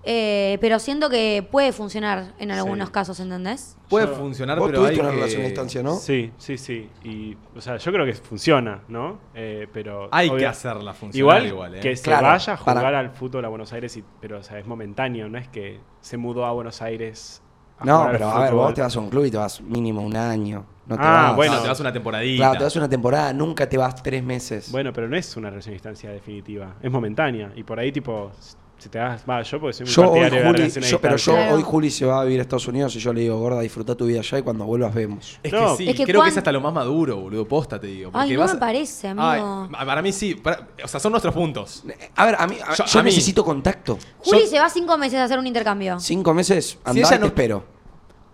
eh, pero siento que puede funcionar en algunos casos, ¿entendés?
Puede
Yo-
funcionar,
Vos
pero
tuviste
hay
una
que-
relación a distancia, ¿no?
Sí, sí, sí. Y, o sea, yo creo que funciona, ¿no? Eh, pero
Hay que hacerla funcionar igual, ¿eh?
que se
Claro,
vaya a jugar
para-
al fútbol a Buenos Aires, y- pero o sea, es momentáneo, no es que se mudó a Buenos Aires. a
No,
jugar al
pero a ver,
fútbol.
vos te vas a un club y te vas mínimo un año. No te
Ah,
vas.
bueno, te vas una temporadita.
Claro, te vas una temporada, nunca te vas tres meses.
Bueno, pero no es una relación a distancia definitiva, es momentánea. Y por ahí, tipo, si te das. Va, yo porque soy muy
Yo hoy,
partidario de la
Juli,
relación a
yo- pero yo
distancia.
hoy Juli se va a vivir a Estados Unidos y yo le digo, gorda, disfruta tu vida allá y cuando vuelvas vemos.
Es
No.
que sí,
Es que
creo
cuan-
que es hasta lo más maduro, boludo, posta, te digo.
Ay,
porque
no
vas-
me parece, amigo.
Ay, para mí sí, para- o sea, son nuestros puntos.
A ver, a mí, yo,
a mí-
necesito contacto.
Juli se va cinco meses a hacer un intercambio,
Cinco meses, andá,
ella
te
no-
espero.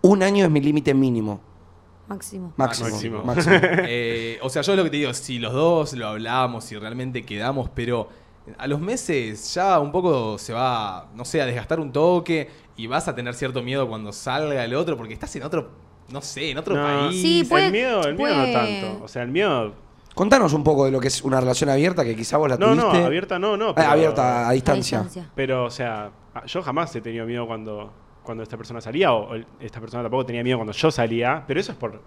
Un año es mi límite mínimo.
Ah,
máximo.
Máximo.
Máximo.
Máximo.
Eh, o sea, yo lo que te digo, si los dos lo hablamos, si realmente quedamos, pero a los meses ya un poco se va, no sé, a desgastar un toque y vas a tener cierto miedo cuando salga el otro, porque estás en otro, no sé, en otro
No,
país.
Sí, puede-
el miedo, el miedo
puede-
no tanto. O sea, el miedo.
Contanos un poco de lo que es una relación abierta, que quizá vos la
No, no,
tuviste.
abierta no, no.
Ah,
pero-
abierta a distancia.
Pero, o sea, a- yo jamás he tenido miedo cuando, cuando esta persona salía, o o el- esta persona tampoco tenía miedo cuando yo salía, pero eso es por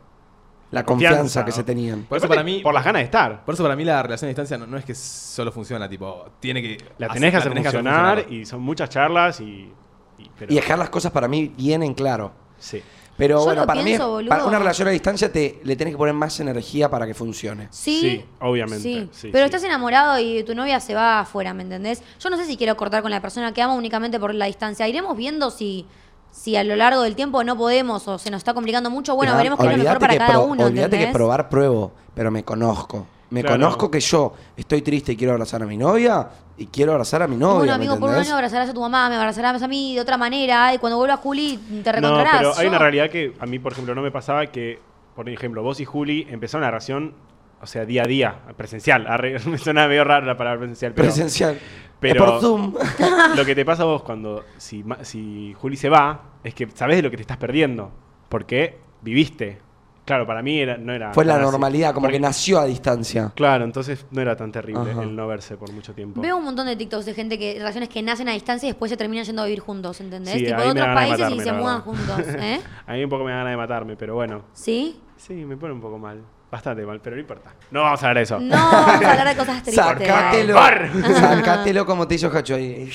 La confianza, que
¿no?
se tenían.
Por eso
Aparte,
para mí-
Por las ganas de estar.
Por eso para mí la relación a distancia no, no es que solo funciona, tipo, tiene que...
La tenés que hacer funcionar,
funcionar.
y son muchas charlas y. y- pero-
Y dejar las cosas para mí bien en claro.
Sí.
Pero
Yo
bueno,
lo
para
pienso,
mí,
boludo.
para una relación a distancia te, le tenés que poner más energía para que funcione.
Sí,
Sí, obviamente,
sí.
sí,
Pero
sí.
estás enamorado y tu novia se va afuera, ¿me entendés? Yo no sé si quiero cortar con la persona que amo únicamente por la distancia. Iremos viendo si, si a lo largo del tiempo no podemos o se nos está complicando mucho. Bueno,
Pero
veremos qué es lo
olvidate
mejor para
que
cada
pro-
uno,
Olvídate
¿entendés?
que probar pruebo, pero me conozco. Me
Claro.
conozco que yo estoy triste y quiero abrazar a mi novia y quiero abrazar a mi novia.
bueno,
¿me
amigo, por un
entendés?
año abrazarás a tu mamá, me abrazarás a mí de otra manera, y cuando vuelva Juli te
No,
reencontrarás.
pero hay
Yo-
una realidad que a mí, por ejemplo, no me pasaba que, por ejemplo, vos y Juli empezaron la relación, o sea, día a día, presencial. Arre, me suena medio raro la palabra presencial. Pero,
Presencial.
Pero Ah,
Es por Zoom.
lo que te pasa a vos cuando, si, ma- si Juli se va, es que sabés de lo que te estás perdiendo. Porque viviste. Claro, para mí era, no era.
Fue la
tan así.
normalidad, como
Porque-
que nació a distancia.
Claro, entonces no era tan terrible
Ajá.
el no verse por mucho tiempo.
Veo un montón de TikToks de gente que, relaciones que nacen a distancia y después se terminan yendo a vivir juntos, ¿entendés?
Sí,
tipo
ahí
de
me
otros
dan ganas de
países y
matarme,
se
la
mudan
verdad.
juntos, ¿eh?
A mí un poco me da ganas de matarme, pero bueno.
¿Sí?
Sí, me pone un poco mal. Bastante mal, pero no importa. No vamos a hablar de eso.
No, vamos a hablar de cosas tristes.
Sacátelo. Sacátelo como te hizo Hacho ahí.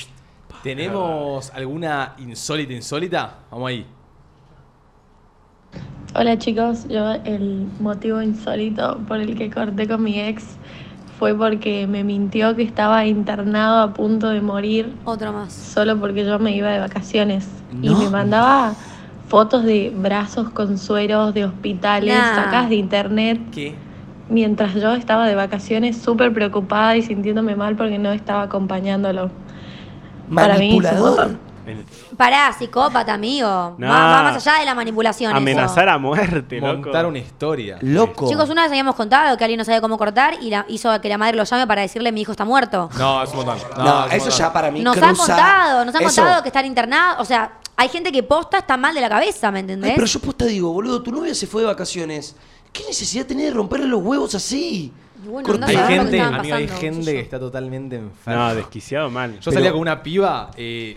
¿Tenemos alguna insólita, insólita? Vamos ahí.
Hola chicos, yo el motivo insólito por el que corté con mi ex fue porque me mintió que estaba internado a punto de morir.
Otro más.
Solo porque yo me iba de vacaciones. Y
No.
me mandaba fotos de brazos con sueros de hospitales
Nah.
sacadas de internet.
¿Qué?
Mientras yo estaba de vacaciones súper preocupada y sintiéndome mal porque no estaba acompañándolo. Para mí,
Manipulador.
Pará, psicópata, amigo. Va- Va,
Nah.
más allá de la manipulación. eso.
Amenazar a muerte, loco.
Montar una historia.
Loco.
Chicos, una vez habíamos contado que alguien no sabía cómo cortar y la, hizo que la madre lo llame para decirle mi hijo está muerto.
No, es un montón.
No,
es un
eso
montón.
ya para mí
Nos
cruza...
han contado, nos han
eso.
contado que estar internado. O sea, hay gente que posta está mal de la cabeza, ¿me entendés?
Ay, pero yo posta digo, boludo, tu novia se fue de vacaciones. ¿Qué necesidad tenés de romperle los huevos así?
Y bueno, andá
Cortá.
a
Hay
saber lo que
gente,
estaban
amigo, hay
pasando, qué
gente
sé
que
yo.
está totalmente enferma.
No, desquiciado mal.
Yo salía con una piba eh,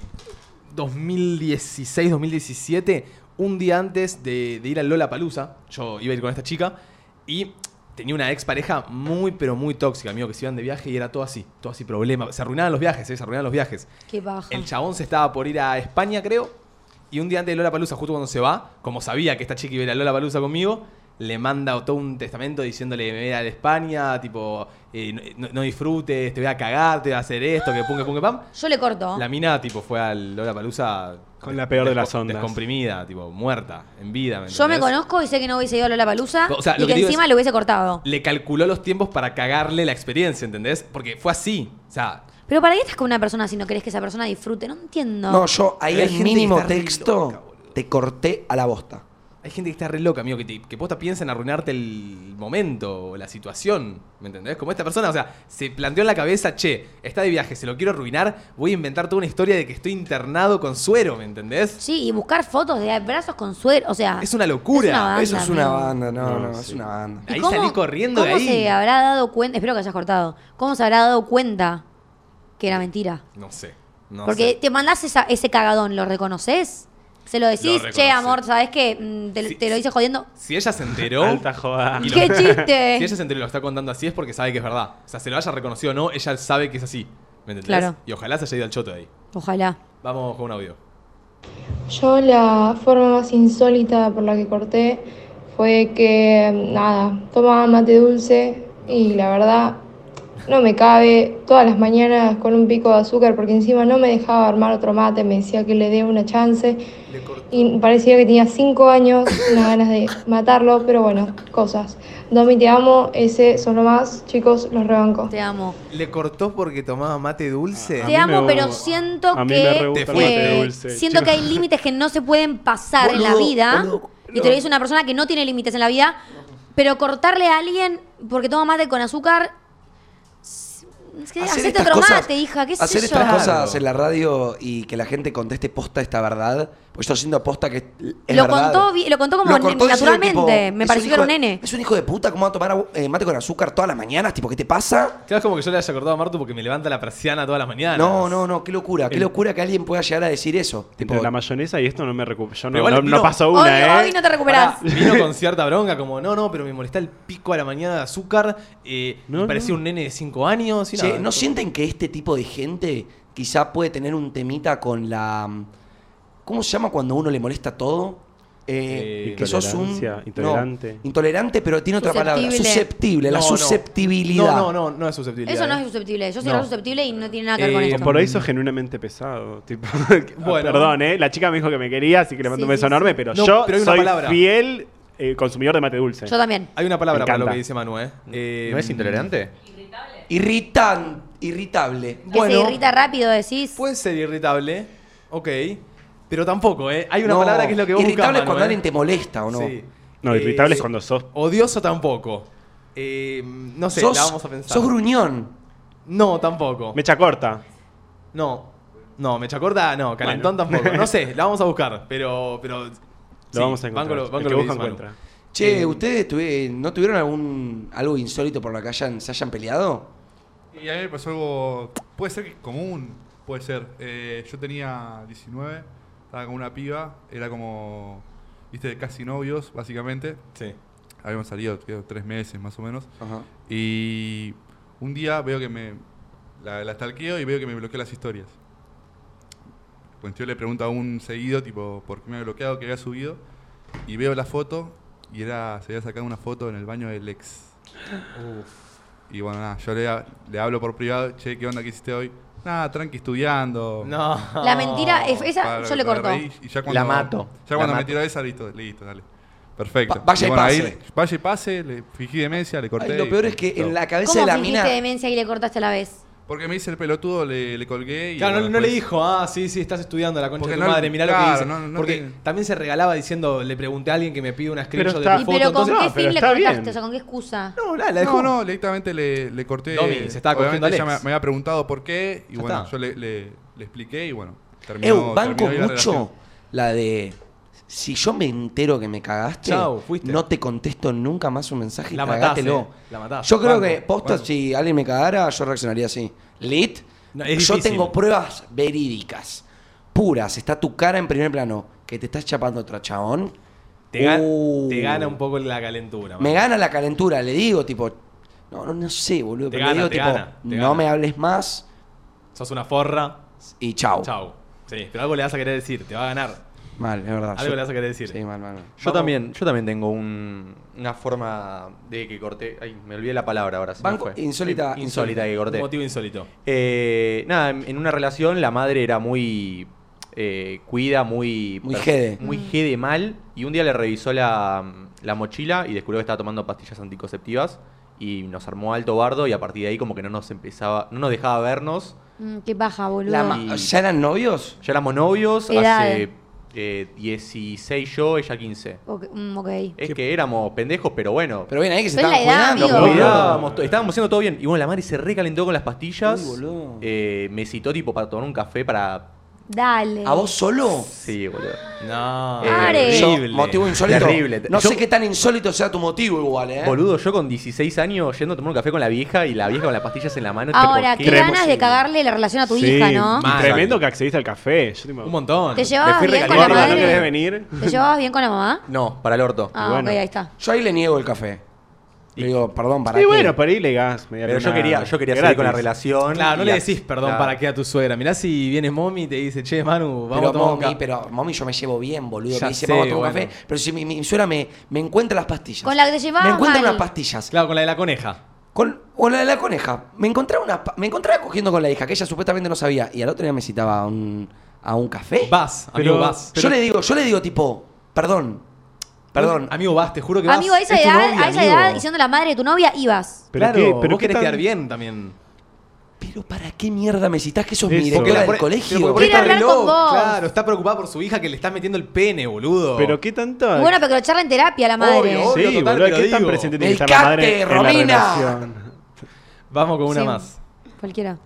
2016, 2017, un día antes de, de ir al Lola Palusa. Yo iba a ir con esta chica y tenía una expareja muy, pero muy tóxica, amigo, que se iban de viaje y era todo así, todo así problema. Se arruinaban los viajes, eh, se arruinaban los viajes.
Qué baja.
El chabón se estaba por ir a España, creo. Y un día antes de Lola Palusa, justo cuando se va, como sabía que esta chica iba a ir a Lola Palusa conmigo, le manda todo un testamento diciéndole: Me voy a ir a España, tipo, eh, no, no disfrutes, te voy a cagar, te voy a hacer esto, que pungue, pungue, pam.
Yo le corto.
La mina, tipo, fue al Lola Palusa.
Con la peor de las ondas.
Descomprimida, tipo, muerta, en vida. ¿me
Yo me
entendés?
conozco y sé que no hubiese ido a la palusa
O sea,
y
lo
que,
que digo
encima
es-
lo hubiese cortado.
Le calculó los tiempos para cagarle la experiencia, ¿entendés? Porque fue así. O sea,
Pero ¿para qué estás con una persona si no querés que esa persona disfrute? No entiendo.
No, yo ahí
Pero hay
el
gente que
mínimo
está re
texto te corté a la bosta.
Hay gente que está re loca, amigo, que, te, que posta piensa en arruinarte el momento o la situación. ¿Me entendés? Como esta persona, o sea, se planteó en la cabeza, che, está de viaje, se lo quiero arruinar, voy a inventar toda una historia de que estoy internado con suero, ¿me entendés?
Sí, y buscar fotos de brazos con suero, o sea...
Es una locura.
Es una banda,
Eso es una
amigo.
banda, no, no,
No,
es una banda.
Ahí salí corriendo de
¿Cómo
ahí.
se habrá dado cuenta? Espero que hayas cortado. ¿Cómo se habrá dado cuenta que era mentira?
No sé. No
Porque
sé.
te mandás esa- ese cagadón, ¿lo reconoces? Se lo decís,
Lo
che,
reconoce.
amor, ¿sabes qué? Mm, te, te lo hice jodiendo.
Si ella se enteró.
Alta joda.
y lo-
¡Qué chiste!
Si ella se enteró y lo está contando así es porque sabe que es verdad. O sea, se lo haya reconocido o no, ella sabe que es así. ¿Me entendés?
Claro.
Y ojalá se haya ido al choto de ahí.
Ojalá.
Vamos con un audio.
Yo la forma más insólita por la que corté fue que, nada, tomaba mate dulce y la verdad no me cabe todas las mañanas con un pico de azúcar porque encima no me dejaba armar otro mate, me decía que le dé una chance y parecía que tenía cinco años, unas ganas de matarlo, pero bueno, cosas. Domi, te amo, ese son lo más, chicos, los rebanco.
Te amo.
¿Le cortó porque tomaba mate dulce?
Te amo, pero siento
a mí me re
que
gusta el mate
eh,
dulce,
siento
chicos.
que hay límites que no se pueden pasar en la
Boludo,
vida.
boludo,
y te lo dice una persona que no tiene límites en la vida. Pero cortarle a alguien porque toma mate con azúcar. Es que
Hacer
hacete
estas
otro
cosas-
mate, hija, qué sé
Hacer
yo.
estas cosas en la radio y que la gente conteste posta esta verdad, porque yo siendo posta que es es
lo
verdad.
contó, bi- lo contó como
Lo cortó diciendo,
naturalmente.
tipo,
me
"Es
pareció que
hijo
era un
de-
nene.
Es un hijo de puta, ¿cómo va a tomar eh, mate con azúcar todas las mañanas? Tipo, ¿qué te pasa?
Claro, es como que yo le haya cortado a Martu porque me levanta la persiana todas las mañanas.
No, no, no, qué locura, qué
El-
locura que alguien pueda llegar a decir eso.
Entre la mayonesa y esto no me recupero. Yo no,
Pero igual
no-
vino-
no paso una, ¿eh?
hoy no te recuperás.
Pará, vino con cierta bronca, como, no, no, pero me molesta el pico a la mañana de azúcar. Eh, me parecía un nene de 5 años. Y
Che,
nada.
¿no sienten que este tipo de gente quizá puede tener un temita con la... mm, ¿Cómo se llama cuando uno le molesta todo? Eh,
Eh,
que sos un...
intolerancia,
no,
intolerante.
intolerante, pero tiene otra palabra.
Susceptible.
Susceptible, la
No, no.
susceptibilidad.
No, no, no, no es susceptibilidad.
Eso no
eh.
es susceptible. Yo soy
No.
re susceptible y no tiene nada que ver con
Eh,
esto.
por ahí sos genuinamente pesado. tipo,
Bueno.
Perdón, ¿eh? La chica me dijo que me quería, así que le mando
Sí,
un beso
sí,
enorme,
sí.
pero
No,
yo
pero hay una
soy
palabra.
fiel eh, consumidor de mate dulce.
Yo también.
Hay una palabra
Me
para lo
encanta.
que dice Manu, ¿eh? Eh,
¿No es intolerante?
Irritan, irritable.
Que se irrita rápido, decís.
Pues,
Puede ser irritable, ok. Pero tampoco, ¿eh? Hay una
No,
palabra que es lo que vos buscás,
irritable
Eh,
es cuando alguien te molesta, ¿o no?
No, irritable es cuando sos-
Odioso tampoco. Eh, no sé,
Sos-
la vamos a pensar.
sos gruñón.
No, tampoco.
Mecha corta.
No. No, mecha corta, no. Calentón
Bueno.
tampoco. No sé, la vamos a buscar. Pero. pero lo
vamos a encontrar.
Banco, lo-
El
banco
que
lo que
busca
dice Manu.
encuentra.
Che,
Eh,
¿ustedes tuve- no tuvieron algún algo insólito por lo que hayan, se hayan peleado?
Y a mí me pasó algo. Puede ser que común, puede ser. Eh, yo tenía 19, estaba con una piba, era como. Viste, casi novios, básicamente.
Sí.
Habíamos salido, creo, tres meses más o menos. Y un día veo que me. La, la stalkeo y veo que me bloqueó las historias. Pues yo le pregunto a un seguido, tipo, ¿por qué me había bloqueado? ¿Qué había subido? Y veo la foto y era, se había sacado una foto en el baño del ex. Y bueno, nada, yo le, ha- le hablo por privado, che, ¿qué onda que hiciste hoy? Nada, tranqui, estudiando.
No.
La mentira, es- esa
Para-
yo le
para
corto.
reír, y ya cuando-
La mato,
Ya
la
cuando me
mato.
tiró esa, listo, listo, dale. Perfecto.
Va- vaya y
bueno, ahí
pase.
le- vaya y pase, le fingí demencia, le corté.
Ay, lo
y-
peor es que
chao.
en la cabeza
¿Cómo
de la
fingiste
mina.
demencia y le cortaste a la vez?
Porque me hice el pelotudo, le, le colgué y.
Claro, no,
bueno,
no le
después-
dijo, ah, sí, sí, estás estudiando la concha
Porque
de tu
no-
madre, mirá lo
claro,
que dice.
no- no
Porque
tiene-
también se regalaba diciendo, le pregunté a alguien que me pide una
Pero
screenshot de
está-
¿Y
tu foto.
pero con
entonces- Ah,
qué
pero
fin le
está
cortaste?
bien.
O sea, ¿con qué excusa?
No, nada, la dejó.
No, no, directamente le, le corté.
Domi, se estaba
Obviamente
cogiendo al
ella
ex.
me, me había preguntado por qué y
Ya
bueno,
está.
yo le, le- le expliqué y bueno, terminó.
Eu, banco
terminó ahí la relación.
mucho la, de. Si yo me entero que me cagaste,
Chau, fuiste.
no te contesto nunca más un mensaje y
La matás,
cagátelo.
eh, la matás.
Yo creo
Banco,
que, posta,
banco.
si alguien me cagara, yo reaccionaría así. Lit,
No, es
yo
difícil.
tengo pruebas verídicas, puras. Está tu cara en primer plano, que te estás chapando otro chabón.
Te, gan-
Uh.
te gana un poco la calentura.
Me
man.
gana la calentura, le digo, tipo, no, no, no sé, boludo,
Te
pero
gana,
le digo,
te
tipo,
gana, te
no
gana.
me hables más
Sos una forra.
y chau.
Chau. Sí, pero algo le vas a querer decir, te va a ganar.
Mal, es
Ah,
verdad.
Algo le vas a querer decir.
Sí, mal, mal, mal.
Yo también, yo también tengo un- una forma de que corté. Ay, me olvidé la palabra ahora. se me
Banco,
fue.
insólita,
In- Insólita que corté.
Un motivo insólito.
Eh, nada, en en una relación la madre era muy eh, cuida, muy...
Muy
per-
jede.
Muy
Mm.
jede mal. Y un día le revisó la, la mochila y descubrió que estaba tomando pastillas anticonceptivas. Y nos armó alto bardo y a partir de ahí como que no nos empezaba, no nos dejaba vernos.
Mm, qué baja, boludo.
La ma-
Y-
¿Ya eran novios?
Ya éramos novios
Edad.
hace eh, 16 yo, ella 15.
Ok. mm, ok.
Es que éramos pendejos, pero bueno.
Pero bien, ahí que se
Pero es
estaban
la edad,
cuidando.
Nos
amigo.
cuidábamos, to- estábamos haciendo todo bien. Y bueno, la madre se recalentó con las pastillas.
Uy, boludo.
Eh, me citó tipo para tomar un café para.
Dale.
solo?
Sí, boludo. Eh,
No.
Are.
Yo, motivo insólito.
Terrible.
No
Yo-
sé qué tan insólito sea tu motivo igual, ¿eh?
Boludo, yo con 16 años yendo a tomar un café con la vieja y la vieja con las pastillas en la mano.
Ahora,
tipo,
qué ganas de cagarle la relación a tu hija, ¿no?
y Tremendo que accediste al café. Yo, tipo,
Un montón.
¿Te llevabas
fui
bien con la
recaliente,
madre?
¿no querés venir?
¿Te llevabas bien con la mamá?
No, para el orto.
Ah,
bueno.
ok, ahí está.
Yo ahí le niego el café. Le digo, perdón, para
Y
qué?
bueno, para ahí le gas.
Pero yo quería, yo quería salir con la relación.
Claro, no
y
le
a-
decís perdón
claro.
para qué a tu suegra. Mirá si viene mommy y te dice, che, Manu, vamos
Pero
a tomar un
mami,
ca-".
pero mami, yo me llevo bien, boludo.
Ya
me dice,
sé,
vamos a tomar un
bueno.
café. Pero si mi, mi suegra me, me encuentra las pastillas.
Con la que te llevabas
Me encuentra
mal.
unas pastillas.
Claro, con la de la coneja.
Con, con la de la coneja. Me encontraba, unas pa- me encontraba cogiendo con la hija, que ella supuestamente no sabía. Y al otro día me citaba a un, a un café.
Vas, amigo,
Pero-
vas.
yo le digo, yo le digo, tipo, perdón. Perdón.
Amigo, vas, te juro que vas.
Amigo, a esa
Es tu
edad,
novia,
a esa
amigo.
edad, y siendo la madre de tu novia, ibas.
Pero
claro,
qué-
vos
pero qué
querés
tan-
quedar bien también.
Pero para qué mierda me citás que sos mi
Eso. Porque
directora
la
del
Por- e, pero
colegio.
porque
Quiere
está re
hablar con
loca,
vos.
Claro, está preocupada por su hija que le estás metiendo el pene, boludo.
Pero qué tanto.
Y bueno, pero que lo charla en terapia la madre.
Obvio, obvio.
Sí,
total,
boludo,
pero
¿qué tan
digo.
presente tiene que estar la
¡Dedicate,
madre en la
Romina!
relación?
Vamos con una
Sí.
más.
Cualquiera.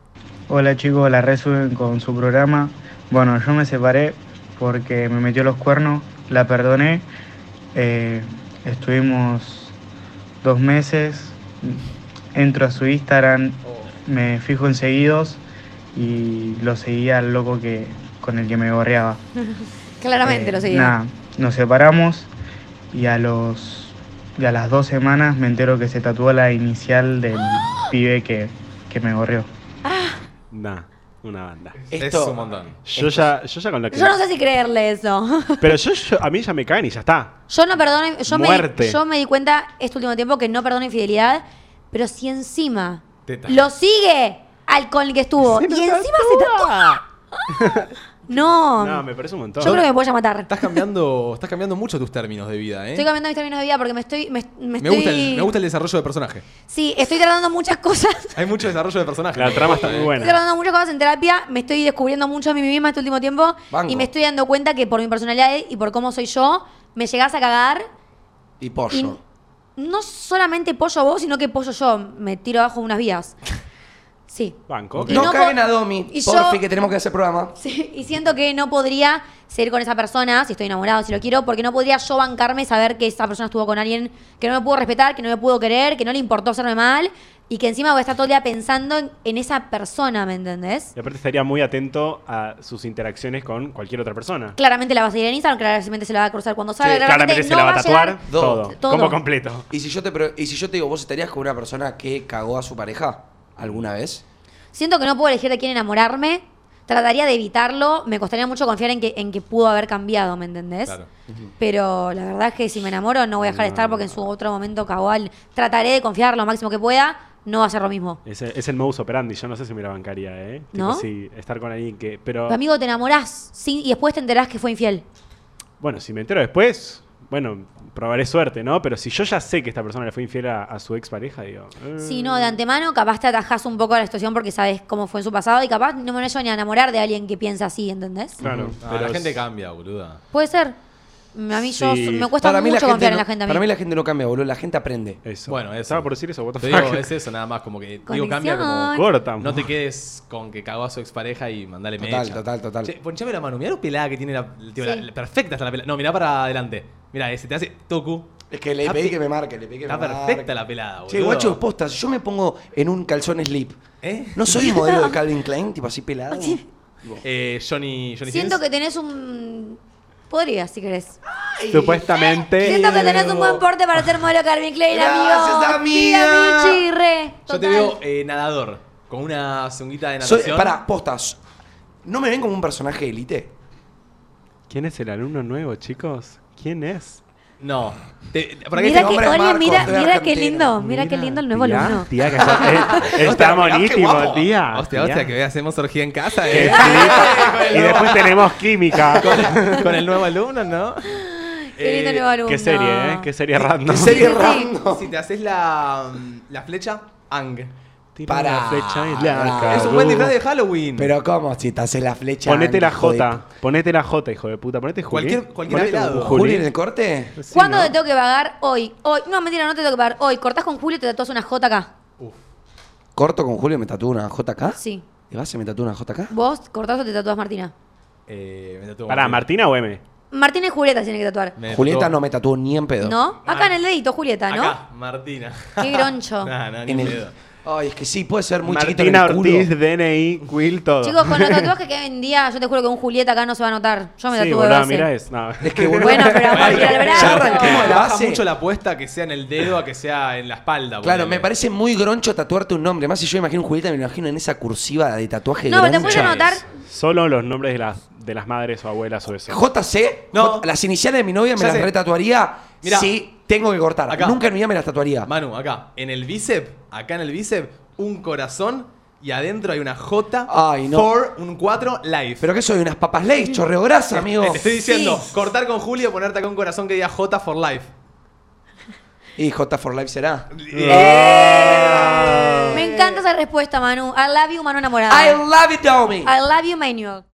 Hola chicos, la resuben con su programa. Bueno, yo me separé porque me metió los cuernos, la perdoné. eh, estuvimos dos meses. Entro a su Instagram, me fijo en seguidos y lo seguía al loco que con el que me gorreaba.
Eh,
Eh,
Claramente lo seguía.
Nada, nos separamos y a los y a las dos semanas me entero que se tatuó la inicial del pibe que, que me gorreó.
Nah, una banda.
Esto-
es un montón.
Yo ya, yo ya con la que.
Yo no sé si creerle eso.
Pero yo, yo- a mí ya me caen y ya está.
Yo no perdono, yo me, di-
Muerte.
yo me di cuenta este último tiempo que no perdono infidelidad, pero si encima
Teta.
lo sigue al con el que estuvo y encima se tatúa. No,
No, me parece un montón.
yo creo que me voy a matar.
Estás cambiando, estás cambiando mucho tus términos de vida, ¿eh?
Estoy cambiando mis términos de vida porque me estoy, me, me
me,
estoy,
gusta el, me gusta el desarrollo de personaje.
sí, estoy tratando muchas cosas,
Hay mucho desarrollo de personaje.
La trama está muy
estoy
buena.
tratando muchas cosas en terapia, me estoy descubriendo mucho a mí misma este último tiempo
Banco.
y me estoy dando cuenta que por mi personalidad y por cómo soy yo, me llegás a cagar
Y pollo.
Y no solamente pollo vos, sino que pollo yo. Me tiro abajo de unas vías. Sí.
Banco.
Y
No,
no
caguen
po-
a Domi,
y
porfi,
yo-
que tenemos que hacer programa.
Sí, y siento que no podría seguir con esa persona, si estoy enamorado, si lo quiero, porque no podría yo bancarme saber que esa persona estuvo con alguien que no me pudo respetar, que no me pudo querer, que no le importó hacerme mal, y que encima voy a estar todo el día pensando en, en esa persona, ¿me entendés?
Y aparte estaría muy atento a sus interacciones con cualquier otra persona.
Claramente la va a seguir en Instagram, claramente se la va a cruzar cuando salga,
Claramente se la va a
llegar-
tatuar. Todo.
Todo.
Combo completo.
Y si yo te pre- y si yo te digo, ¿vos estarías con una persona que cagó a su pareja alguna vez?
Siento que no puedo elegir de quién enamorarme. Trataría de evitarlo. Me costaría mucho confiar en que, en que pudo haber cambiado, ¿me entendés?
Claro.
Pero la verdad es que si me enamoro no voy a dejar de estar porque en su otro momento cagó al- Trataré de confiar lo máximo que pueda. No va a ser lo mismo.
Es el, es el modus operandi. Yo no sé si me la bancaría, ¿eh? Tipo,
¿No?
sí, estar con alguien que. Pero.
Tu Amigo, te enamorás sí, y después te enterás que fue infiel.
Bueno, si me entero después, bueno, probaré suerte, ¿no? Pero si yo ya sé que esta persona le fue infiel a, a su expareja, digo. eh,
Si no, de antemano capaz te atajás un poco a la situación porque sabes cómo fue en su pasado y capaz no me voy yo ni a enamorar de alguien que piensa así, ¿entendés?
Claro,
Ah,
pero
la gente
s-
cambia, boluda.
Puede ser. A mí yo,
Sí.
me cuesta mucho confiar en
no-
la gente a mí.
Para mí la gente no cambia, boludo. La gente aprende.
Eso.
Bueno, eso.
Estaba por decir eso, what the
Te digo,
fuck.
es eso, nada más. Como que digo, cambia como.
Conexión.
Corta.
No te quedes con que cagó a su expareja y mandale
Total,
mecha.
total, total.
Che, ponchame la mano. Mirá lo pelada que tiene la, tío,
Sí.
la- la- Perfecta está la pelada. No, mirá para adelante. Mirá, se te hace toku.
Es que le
Está
pedí
Ah, pe-
que me marque, le pedí que me
Está
marque.
perfecta la pelada, boludo.
Che, guacho, postas, yo me pongo en un calzón slip.
¿Eh? Ah,
¿No soy modelo de Calvin Klein, tipo así pelado?
Eh, Johnny, Johnny
Siento
Sins.
que tenés un... Podría, si querés.
Supuestamente.
Siento que tenés un buen porte para ser modelo Carmen Klein,
Gracias,
amigo.
amiga.
Sí, Michi, re.
Yo te
Total.
veo eh, nadador. Con una zunguita de natación.
Soy, pará, postas. ¿No me ven como un personaje de élite?
¿Quién es el alumno nuevo, chicos? ¿Quién es?
No. Te- por acá
Mira
te-
que,
nombre es
oye,
Marcos,
mira,
de
mira qué
Argentina.
lindo, mira, qué lindo el nuevo
tía,
alumno.
Tía, que está, eh, está
mirá qué guapo.
monísimo, tía.
Hostia, hostia,
tía.
que hoy hacemos orgía en casa.
Que
eh.
sí. y después tenemos química.
con, con el nuevo alumno, ¿no?
Qué lindo
Eh,
el nuevo alumno.
Qué serie, ¿eh? Qué serie random.
¿En serio
Sí, sí, sí.
random?
Si te haces la, la flecha, mm, Ang.
Tira
Para.
la flecha en la cara.
Halloween.
Pero ¿cómo? Si te haces la flecha.
Ponete la
hijo de
J. Ponete la J, hijo de puta. Ponete Juli.
Cualquier- cualquier
Ponete un
velado. ¿Juli en el corte?
Sí,
¿Cuándo
¿no?
te tengo que pagar? Hoy. Hoy. No, mentira, no te tengo que pagar. Hoy. Cortás con Julio y te tatuas una J acá.
Corto con Julio, me tatúo una JK.
Sí.
¿De base me tatúo una JK?
Vos cortás o te tatuás Martina.
Eh,
Pará, Martina o M.
Martina y Julieta tienen que tatuar.
Julieta no me tatúo ni en pedo.
¿No? Acá en el dedito, Julieta, ¿no?
Acá, Martina.
Qué groncho.
Nah, nah, ni
En el-
pedo.
Ay, es que sí, puede ser muy chiquito en
Martina
el culo.
Ortiz, DNI, Quill, todo.
Chicos, con los tatuajes que hay hoy en día, yo te juro que un Julieta acá no se va a notar. Yo me
Sí,
tatué de
boludo,
base.
mirá eso. No.
Es que
Bueno, pero aparte del brazo.
Eh, Baja
la base.
mucho la apuesta que sea en el dedo a que sea en la espalda.
Claro,
ponele.
me parece muy groncho tatuarte un nombre. Más si yo imagino Julieta, me imagino en esa cursiva de tatuaje
No, pero te
groncha.
puedes anotar.
Solo los nombres de las, de las madres o abuelas o eso.
JC, J- las iniciales de mi novia me
Ya
las
sé.
retatuaría
Mirá.
si tengo que cortar.
Acá.
Nunca en mi vida me las tatuaría.
Manu, acá. En el bíceps, acá en el bíceps, un corazón y adentro hay una J.
Ay, no.
For un 4 life. Eh,
Pero que soy unas papas ley, chorreo grasa, amigo.
Te estoy diciendo, cortar con Julio, ponerte acá un corazón que diga J for life.
Y J for Life será.
Me encanta esa respuesta, Manu. I love you, Manu enamorada.
I love it, Domi.
Ah. I love you, Manuel.